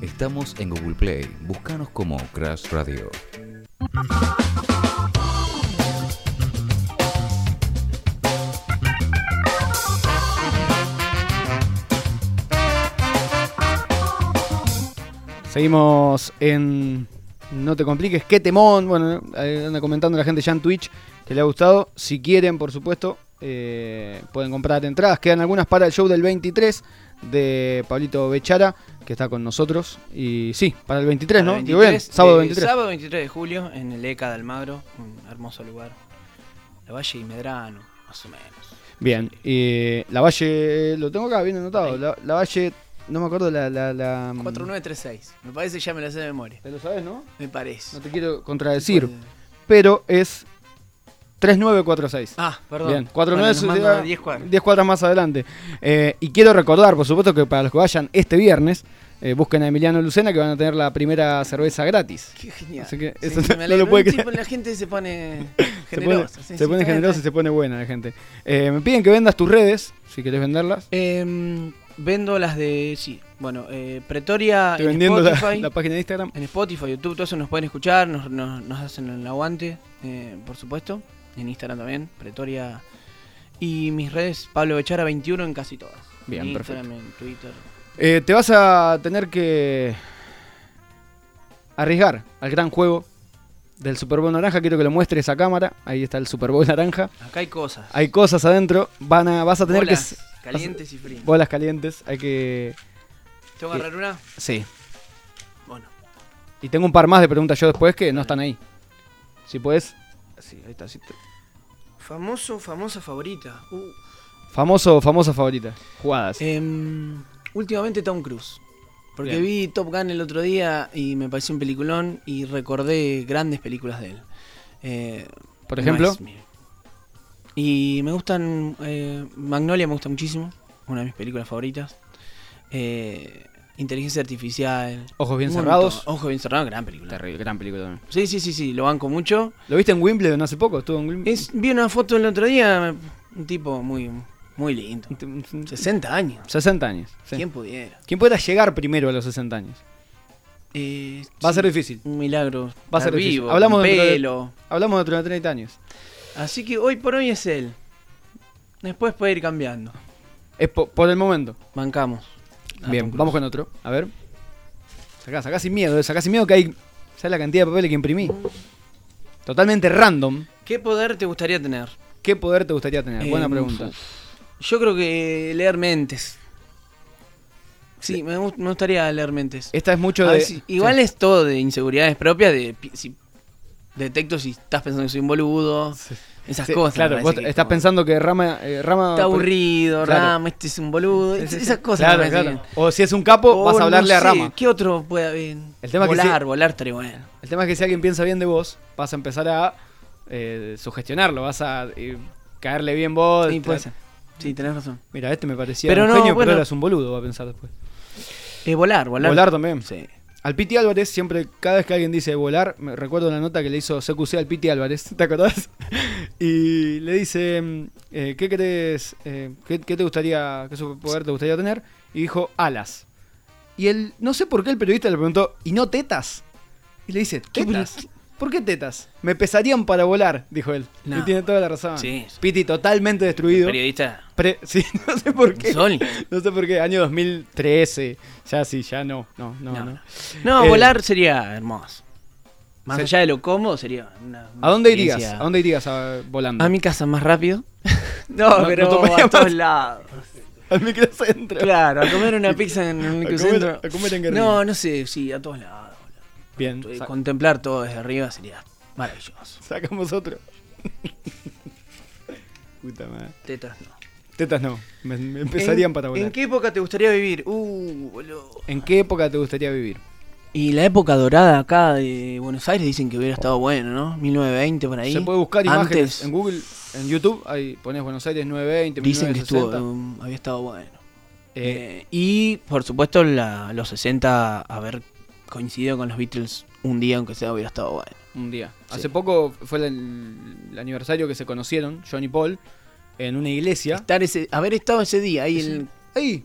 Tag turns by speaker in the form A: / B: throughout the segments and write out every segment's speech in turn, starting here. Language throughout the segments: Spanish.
A: Estamos en Google Play. Búscanos como Crash Radio.
B: Seguimos en No te compliques, qué temón. Bueno, eh, anda comentando la gente ya en Twitch que le ha gustado. Si quieren, por supuesto, eh, pueden comprar entradas. Quedan algunas para el show del 23 de Pablito Bechara, que está con nosotros. Y sí, para el 23, ¿no?
C: Para el
B: Digo bien,
C: 23,
B: sábado
C: eh,
B: 23.
C: Sábado 23 de julio en el ECA de Almagro, un hermoso lugar. La Valle y Medrano, más o menos.
B: Bien, eh, la Valle, lo tengo acá bien anotado.
C: Ahí.
B: La, la Valle, no me acuerdo la. la, la mm,
C: 4936. Me parece que ya me la sé de memoria.
B: ¿Te lo sabes, no?
C: Me parece.
B: No te quiero contradecir, pero es 3946.
C: Ah, perdón.
B: Bien, 4
C: Bueno, nos manda
B: nueve
C: 10 cuadras.
B: 10 cuadras más adelante. Eh, y quiero recordar, por supuesto, que para los que vayan este viernes, eh, busquen a Emiliano Lucena que van a tener la primera cerveza gratis.
C: Qué genial.
B: Así que
C: Sí,
B: eso
C: sí,
B: no
C: me
B: lo
C: alegro.
B: puede
C: Sí,
B: creer.
C: pues La gente se pone
B: Se pone,
C: generosa.
B: se
C: sí, sí,
B: pone
C: está bien,
B: generosa y
C: está
B: se pone buena la gente. Eh, me piden que vendas tus redes, si querés venderlas.
C: bien. Em, vendo las de. Sí, bueno, eh, Pretoria
B: Estoy
C: en
B: vendiendo la,
C: Spotify.
B: la página de Instagram.
C: En Spotify, YouTube, todos eso nos pueden escuchar, nos, nos- nos hacen el aguante, eh, por supuesto. En Instagram también, Pretoria. Y mis redes, Pablo Bechara 21 en casi todas.
B: Bien,
C: en
B: perfecto.
C: Instagram, en Twitter.
B: Eh, te vas a tener que arriesgar al gran juego del Super Bowl naranja. Quiero que lo muestres a cámara. Ahí está el Super Bowl naranja.
C: Acá hay cosas.
B: Hay cosas adentro. Van a, vas a tener
C: Bolas
B: que s-
C: calientes y frías.
B: bolas calientes. Hay que
C: ¿Tengo que
B: eh,
C: agarrar una?
B: sí.
C: Bueno,
B: Y tengo un par más de preguntas yo después que no están ahí. Si puedes.
C: sí, ahí está. sí. Famoso, famosa favorita. Uh.
B: Famoso, famosa favorita. Jugadas.
C: Em, últimamente Tom Cruise. Porque
B: Bien.
C: vi Top Gun el otro día y me pareció un peliculón y recordé grandes películas de él. Eh,
B: Por
C: no
B: ejemplo.
C: es mi- Y me gustan. eh, Magnolia me gusta muchísimo. Una de mis películas favoritas. Eh, Inteligencia Artificial.
B: Ojos bien
C: un montón.
B: cerrados.
C: Ojos bien cerrados, gran película.
B: Terrible, gran película también.
C: Sí, sí, sí, sí, lo banco mucho.
B: ¿Lo viste en Wimbledon hace poco? Estuvo en Wimbledon.
C: Es- vi una foto el otro día. Un tipo muy, muy lindo. 60 años.
B: 60 años. sí.
C: ¿Quién pudiera?
B: ¿Quién pueda llegar primero a los 60 años?
C: Eh,
B: Va a
C: sí.
B: ser difícil.
C: Un milagro.
B: Va a
C: estar
B: ser difícil.
C: vivo,
B: Hablamos
C: con
B: dentro de-
C: pelo.
B: Hablamos dentro de 30 años.
C: Así que hoy por hoy es él. Después puede ir cambiando.
B: Es po- por el momento.
C: Bancamos.
B: Bien,
C: a Ah, Tom Cruise.
B: vamos con otro. A ver. Sacá, sacá sin miedo, eh, sacá sin miedo que hay. ¿Sabes la cantidad de papeles que imprimí? Totalmente random.
C: ¿Qué poder te gustaría tener?
B: ¿Qué poder te gustaría tener? Buena
C: Em,
B: pregunta.
C: Yo creo que leer mentes. Sí, me, gust- me gustaría leer mentes.
B: Esta es mucho
C: A
B: de.
C: ver si- igual
B: sí.
C: es todo de inseguridades propias, de pi- si detecto si estás pensando que soy un boludo, esas
B: Sí,
C: cosas. me
B: Claro,
C: parece
B: vos
C: que
B: estás
C: como-
B: pensando que Rama. eh, Rama
C: Está aburrido,
B: Claro.
C: Rama, este es un boludo,
B: Sí, sí, sí.
C: esas cosas. me
B: Claro,
C: parece
B: claro.
C: que-
B: O si es un capo,
C: O
B: vas a
C: no
B: hablarle a
C: sé,
B: Rama.
C: ¿Qué otro puede haber?
B: El tema es que
C: volar,
B: sí-
C: volar estaría bueno.
B: El tema es que si alguien piensa bien de vos, vas a empezar a eh, sugestionarlo, vas a eh, caerle bien vos.
C: Sí, puede
B: tra-
C: ser. Sí, tenés razón.
B: Mira, este me parecía
C: Pero
B: un
C: no,
B: genio,
C: bueno.
B: pero eras un boludo, va a pensar después.
C: Eh, volar, volar.
B: Volar también.
C: Sí.
B: Al Piti Álvarez, siempre, cada vez que alguien dice volar, me recuerdo la nota que le hizo CQC al Piti Álvarez, ¿te acordás? Y le dice, mm, eh, ¿qué querés, eh, qué, qué te gustaría, qué superpoder te gustaría tener? Y dijo, alas. Y él, no sé por qué el periodista le preguntó, ¿y no tetas? Y le dice,
C: ¿Qué
B: ¿tetas? ¿Por qué tetas? Me pesarían para volar, dijo él.
C: No.
B: Y tiene toda la razón.
C: Sí.
B: Piti totalmente destruido.
C: Periodista.
B: Pre- sí, no sé por qué.
C: Sony.
B: No sé por qué, año 2013. Ya sí, ya no. No, no, no.
C: No, no. No,
B: Eh,
C: volar sería hermoso. Más
B: se-
C: allá de lo cómodo, sería una. una
B: ¿A dónde irías?
C: experiencia.
B: ¿A dónde irías ah, volando?
C: A mi casa más rápido.
B: No,
C: no, pero
B: no tomaría
C: a todos
B: más.
C: lados.
B: Al microcentro.
C: Claro, a comer una pizza en un
B: A
C: microcentro.
B: comer- a comer en Guerrero.
C: No, no sé, sí, a todos lados. Eh,
B: Bien, sa-
C: Contemplar todo desde arriba sería maravilloso.
B: sacamos otro. Puta madre.
C: Tetas no.
B: Tetas no, me, me empezarían
C: ¿En-
B: para volar.
C: ¿En qué época te gustaría vivir? Uh, boludo.
B: ¿En qué época te gustaría vivir?
C: Y la época dorada acá de Buenos Aires dicen que hubiera estado bueno, ¿no? 1920 por ahí.
B: Se puede buscar imágenes
C: Antes
B: en Google, en YouTube, ahí pones Buenos Aires 920,
C: dicen que estuvo,
B: 1960.
C: um, había estado bueno.
B: Eh,
C: Eh, y por supuesto la- los 60 haber coincidido con los Beatles un día aunque sea hubiera estado bueno.
B: un día.
C: Sí.
B: Hace poco fue el, el aniversario que se conocieron, John y Paul, en una iglesia.
C: Estar ese, haber estado ese día ahí en-
B: Ahí,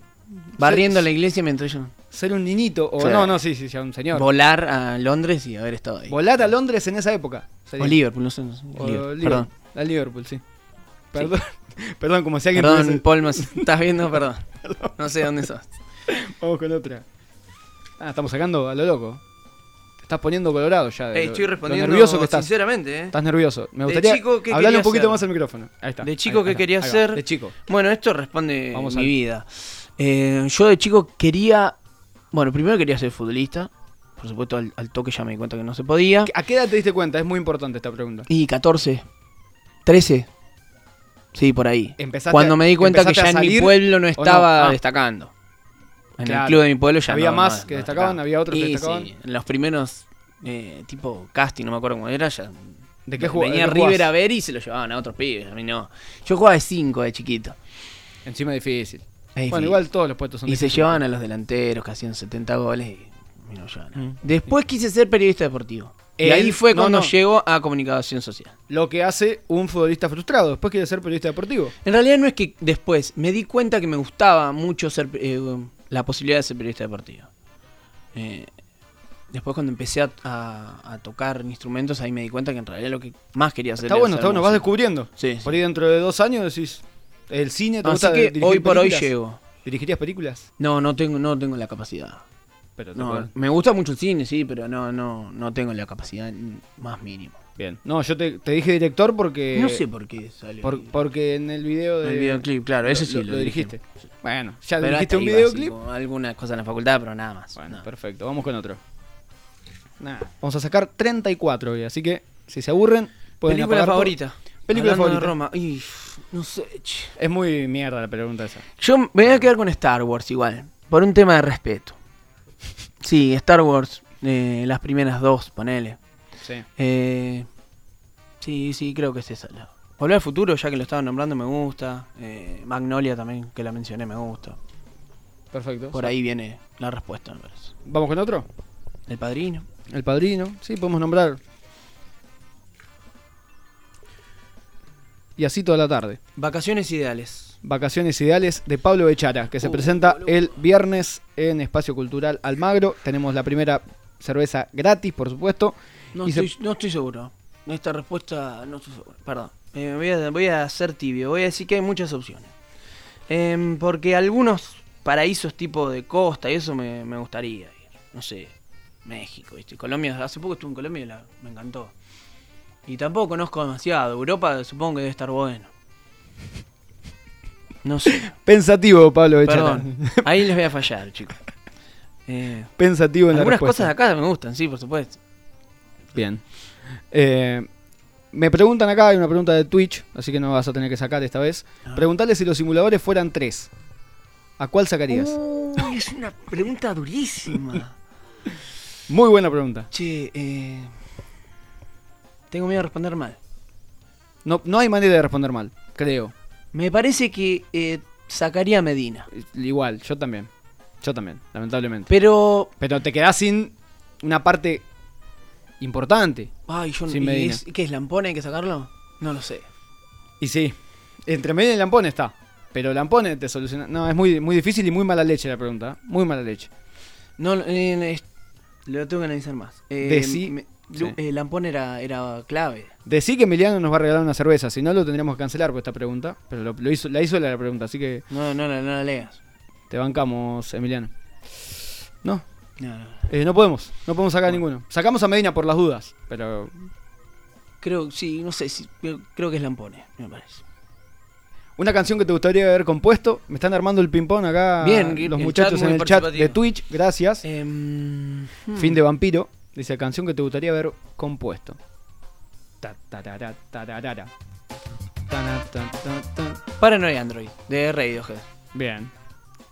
C: barriendo
B: Sí.
C: la iglesia mientras yo.
B: ser un niñito. O
C: Sí.
B: no, no, sí, sí, sí, un señor.
C: Volar a Londres y haber estado ahí.
B: Volar a Londres en esa época.
C: o
B: sería.
C: Liverpool, no sé. no sé,
B: O
C: Liverpool,
B: Liverpool.
C: Perdón,
B: Al Liverpool, sí. Perdón, perdón como si alguien
C: perdón
B: pudiese-
C: Paul, nos estás viendo, perdón. No sé dónde sos.
B: Vamos con otra. Ah, estamos sacando a lo loco. Te estás poniendo colorado ya. de
C: Ey,
B: lo-
C: Eh, estoy
B: lo
C: respondiendo
B: nervioso que estás.
C: sinceramente, ¿eh?
B: Estás nervioso. Me
C: De
B: gustaría
C: chico, ¿qué
B: hablarle
C: quería
B: un poquito
C: ser?
B: más al micrófono. Ahí está.
C: De
B: ahí-
C: chico,
B: ahí
C: ¿qué
B: está,
C: quería
B: ahí va,
C: ser?
B: De chico.
C: Bueno, esto responde
B: Vamos
C: mi
B: al-
C: vida. Eh, yo de chico quería. Bueno, primero quería ser futbolista. Por supuesto, al, al toque ya me di cuenta que no se podía.
B: ¿A qué edad te diste cuenta? Es muy importante esta pregunta.
C: Y 14, 13. Sí, por ahí.
B: Empezaste
C: Cuando
B: a-
C: me di cuenta que
B: empezaste
C: ya
B: a
C: en mi
B: salir,
C: pueblo no
B: no?
C: estaba
B: Ah.
C: destacando. En
B: Claro.
C: el club de mi pueblo ya
B: Había
C: no-
B: más
C: no-
B: que
C: no
B: destacaban, había otros que
C: Y
B: destacaban.
C: sí, en los primeros, eh, tipo casting, no me acuerdo cómo era, ya.
B: ¿De qué jugó-
C: Venía
B: de qué
C: River
B: jugás?
C: a ver y se lo llevaban a otros pibes. A mí no. Yo jugaba de 5 de chiquito.
B: Encima es difícil.
C: Es
B: Bueno,
C: difícil.
B: igual todos los puestos son
C: Y se
B: difíciles.
C: llevaban a los delanteros que hacían 70 goles y- y no llevaban nada.
B: Mm.
C: Después quise ser periodista deportivo. Y
B: Él-
C: ahí fue
B: no,
C: cuando
B: no.
C: llegó a comunicación social.
B: Lo que hace un futbolista frustrado. Después quiere ser periodista deportivo.
C: En realidad no es que después me di cuenta que me gustaba mucho ser eh, la posibilidad de ser periodista deportivo. Eh, después cuando empecé a, a- a tocar instrumentos, ahí me di cuenta que en realidad lo que más quería hacer
B: Está
C: era
B: bueno,
C: ser
B: está bueno. Vas
C: músico.
B: descubriendo.
C: Sí, sí.
B: Por ahí dentro de dos años decís, el cine te gusta
C: Así que
B: dirigir
C: hoy por hoy
B: películas?
C: llego.
B: ¿Dirigirías películas?
C: No, no tengo, no tengo la capacidad.
B: Pero te
C: No,
B: puedo-
C: me gusta mucho el cine, sí, pero no, no, no tengo la capacidad ni más mínima.
B: Bien. No, yo te, te dije director porque.
C: no sé por qué salió.
B: Eh, por- porque en el video de.
C: el videoclip, claro, ese sí lo,
B: dirigiste.
C: dirigimos.
B: Bueno, ya
C: Pero
B: dirigiste
C: hasta
B: un
C: ahí va, así
B: videoclip.
C: como Algunas cosas en la facultad, pero nada más.
B: Bueno,
C: no.
B: perfecto. Vamos con otro. Nah, Vamos a sacar 34 hoy, así que si se aburren, pueden
C: Película
B: apagar todo.
C: favorita.
B: Película
C: Hablando de
B: favorita.
C: Roma. y, no sé, che.
B: Es muy mierda la pregunta esa.
C: Yo me voy a quedar con Star Wars igual, por un tema de respeto. Sí, Star Wars, eh, las primeras dos, ponele.
B: Sí.
C: Eh, sí, sí, creo que es esa. la- Volver al futuro, ya que lo estaban nombrando, me gusta. Eh, Magnolia también, que la mencioné, me gusta.
B: Perfecto.
C: Por ahí viene la respuesta, me parece.
B: Vamos con otro.
C: El padrino.
B: El padrino. Sí, podemos nombrar. Y así toda la tarde.
C: Vacaciones ideales.
B: Vacaciones Ideales de Pablo Bechara, que se
C: Uh,
B: presenta
C: boludo.
B: el viernes en Espacio Cultural Almagro. Tenemos la primera cerveza gratis, por supuesto.
C: No,
B: Y se-
C: estoy, no estoy seguro. Esta respuesta no estoy seguro. Perdón. Eh, voy, a, voy a ser tibio. Voy a decir que hay muchas opciones. Em, porque algunos paraísos tipo de costa y eso me, me gustaría ir. No sé, México, ¿viste? Colombia, hace poco estuve en Colombia y la- me encantó. Y tampoco conozco demasiado. Europa supongo que debe estar bueno. No sé.
B: Pensativo, Pablo Bechara.
C: Perdón. Ahí les voy a fallar, chicos. Eh,
B: Pensativo en la
C: algunas
B: respuesta.
C: cosas de acá me gustan, sí, por supuesto.
B: Bien. Eh, me preguntan acá, hay una pregunta de Twitch, así que no vas a tener que sacar esta vez.
C: Ah.
B: Preguntarle si los simuladores fueran tres. ¿A cuál sacarías?
C: Uh. Uy, es una pregunta durísima.
B: Muy buena pregunta.
C: che, eh, tengo miedo de responder mal.
B: No, no hay manera de responder mal, creo.
C: Me parece que eh, sacaría a Medina.
B: Eh, Igual, yo también. Yo también, lamentablemente.
C: Pero.
B: Pero te quedás sin una parte importante.
C: Ay, yo
B: Sin
C: ¿y
B: Medina.
C: es- ¿Qué es Lampone? ¿Hay que sacarlo? No lo sé.
B: Y sí, entre medio y Lampone está. Pero Lampone te soluciona. No, es muy, muy difícil y muy mala leche la pregunta. ¿eh? Muy mala leche.
C: No, eh, es- lo tengo que analizar más. Eh,
B: Decí-
C: me- Lu-
B: sí.
C: eh, Lampone era, era clave.
B: Decí que Emiliano nos va a regalar una cerveza, si no lo tendríamos que cancelar por esta pregunta. Pero lo, lo hizo, la hizo la pregunta, así que
C: No, no, la- no la leas.
B: te bancamos, Emiliano. No,
C: No, no, no.
B: eh, no podemos, no podemos sacar ninguno. Sacamos a Medina por las dudas, pero
C: Creo, sí, no sé, si creo, creo que es Lampone, me parece.
B: Una canción que te gustaría haber compuesto. Me están armando el ping-pong acá.
C: Bien, el
B: los
C: chat
B: muchachos
C: muy
B: en el chat de
C: participativo. Eh,
B: Twitch. Gracias.
C: Em,
B: Fin
C: hmm.
B: de Vampiro. Dice canción que te gustaría haber compuesto. Ta, tarara, tararara. Tana, tan, tan, tan.
C: Paranoia Android, de Radiohead.
B: Bien.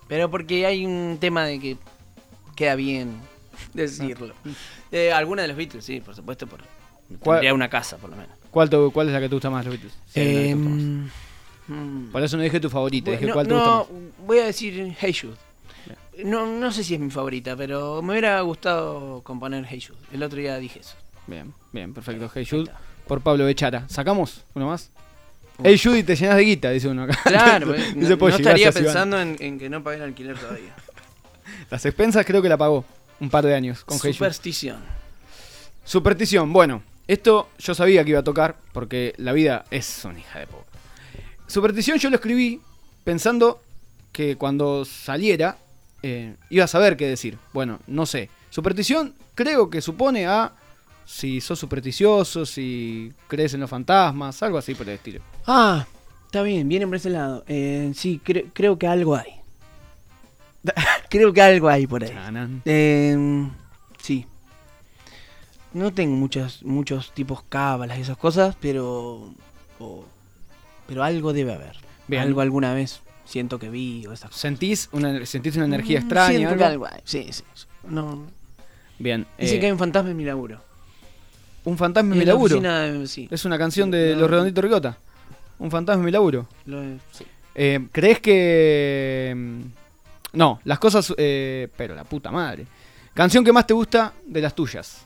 C: Pero porque hay un tema de que queda bien decirlo. Eh, alguna de los Beatles, sí, por supuesto. Por,
B: ¿Cuál-
C: tendría una casa, por lo menos.
B: ¿Cuál, te- cuál es la que te gusta más, los Beatles? Sí, la que te gusta más.
C: Em, mm,
B: Por eso no dije tu favorita,
C: bueno,
B: dije
C: no,
B: Eh, cuál te gusta
C: no,
B: más.
C: voy a decir Hey Jude. No, no sé si es mi favorita, pero me hubiera gustado componer Hey Jude. El otro día dije eso.
B: Bien, bien, perfecto. Hey
C: Ahí
B: Jude
C: está.
B: por Pablo Bechara. ¿Sacamos uno más?
C: Uno.
B: Hey Jude y te llenas de guita, dice uno acá.
C: Claro, eh,
B: Dice "Pues
C: no, no
B: Poggi,
C: estaría
B: gracias, Iván.
C: pensando en, en que no paguen alquiler todavía.
B: Las expensas creo que la pagó un par de años con Heiju.
C: Superstición.
B: Superstición, bueno, esto yo sabía que iba a tocar porque la vida es una hija de puta. Superstición yo lo escribí pensando que cuando saliera eh, iba a saber qué decir. Bueno, no sé. Superstición creo que supone a si sos supersticioso, si crees en los fantasmas, algo así por el estilo.
C: Ah, está bien, viene por ese lado. Eh, sí, cre- creo que algo hay. creo que algo hay por ahí.
B: Chanán.
C: Eh, sí. No tengo muchas, muchos tipos cábalas y esas cosas, pero. o- pero algo debe haber.
B: Bien.
C: Algo alguna vez siento que vi o esas cosas.
B: ¿Sentís una, ¿Sentís una energía
C: Mm,
B: extraña?
C: Siento
B: algo?
C: que algo hay. Sí, sí. sí. No.
B: Bien.
C: Dicen
B: eh,
C: que hay un fantasma en mi laburo.
B: Un fantasma en mi
C: la
B: laburo.
C: oficina de- sí.
B: Es una canción de
C: No.
B: Los Redonditos Ricota. Un fantasma en mi laburo.
C: Lo- sí.
B: Eh, ¿Crees que.? mm, No, las cosas. eh, pero la puta madre. Canción que más te gusta de las tuyas.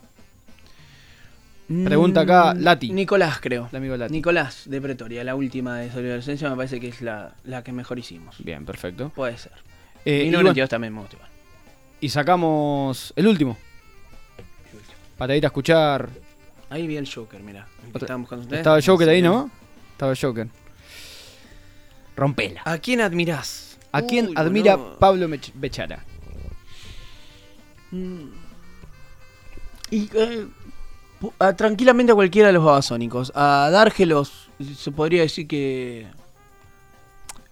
B: Pregunta acá,
C: Mm,
B: Lati.
C: Nicolás, creo.
B: El amigo Lati.
C: Nicolás de Pretoria, la última de Solidaridad Adolescencia, me parece que es la, la que mejor hicimos.
B: Bien, perfecto.
C: Puede ser.
B: Eh, y,
C: 1992
B: bueno,
C: también me gustó. igual.
B: y sacamos el último. Para ir a escuchar.
C: Ahí vi el Joker, mirá. el que
B: Otra-
C: estaban buscando ustedes.
B: Estaba el Joker
C: ¿Eh? Sí.
B: ahí, ¿no? Estaba el Joker. Rompela.
C: ¿A quién admirás?
B: ¿A quién
C: Uy,
B: admira
C: boludo.
B: Pablo Mech- Bechara?
C: Mm. Y, eh, pu- a- tranquilamente a cualquiera de los babasónicos. A Dárgelos se podría decir que.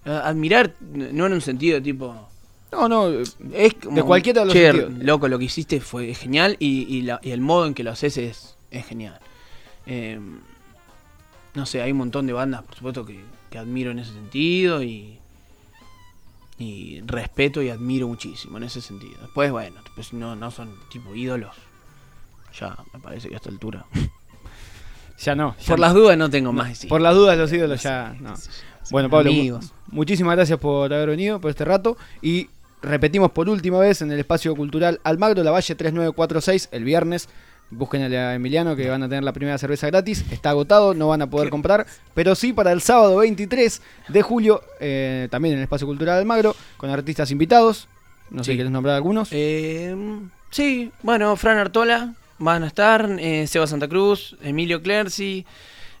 C: a- admirar n- no en un sentido tipo.
B: No, no. eh,
C: Es como,
B: De cualquiera de los
C: "Che,
B: sentidos".
C: loco, lo que hiciste fue genial y, y la- y el modo en que lo haces es, es genial. Eh, no sé, hay un montón de bandas, por supuesto, que, que admiro en ese sentido y, y respeto y admiro muchísimo en ese sentido. Después, bueno, pues no, no son tipo ídolos. Ya, me parece que a esta altura.
B: Ya no. ya
C: Por
B: no.
C: las dudas no tengo más. sí.
B: Por las dudas, los ídolos ya. No. Bueno, Pablo, mu-
C: Amigos.
B: muchísimas gracias por haber venido por este rato. Y repetimos por última vez en el espacio cultural Almagro, la Valle 3946, el viernes. Busquen a Emiliano que van a tener la primera cerveza gratis. Está agotado, no van a poder comprar. Pero sí para el sábado 23 de julio, eh, también en el espacio cultural Almagro, con artistas invitados. No sé
C: Sí.
B: si querés nombrar algunos.
C: Eh, sí, bueno, Fran Artola van a estar, eh, Seba Santa Cruz, Emilio Clercy,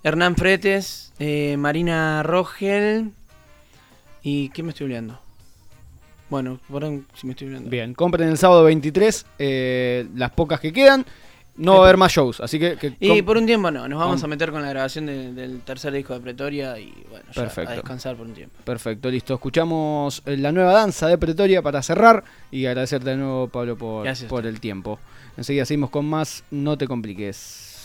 C: Hernán Fretes, eh, Marina Rogel y ¿qué me estoy olvidando? Bueno, perdón si me estoy olvidando.
B: Bien, compren el sábado 23 eh, las pocas que quedan. No va a haber más shows, así que... que
C: Y
B: com-
C: por un tiempo no, nos vamos
B: com-
C: a meter con la grabación de- del tercer disco de Pretoria y bueno, ya
B: Perfecto.
C: a descansar por un tiempo.
B: Perfecto, listo. Escuchamos eh, la nueva danza de Pretoria para cerrar y agradecerte de nuevo, Pablo, por,
C: Gracias.
B: por el tiempo. Enseguida seguimos con más No te compliques.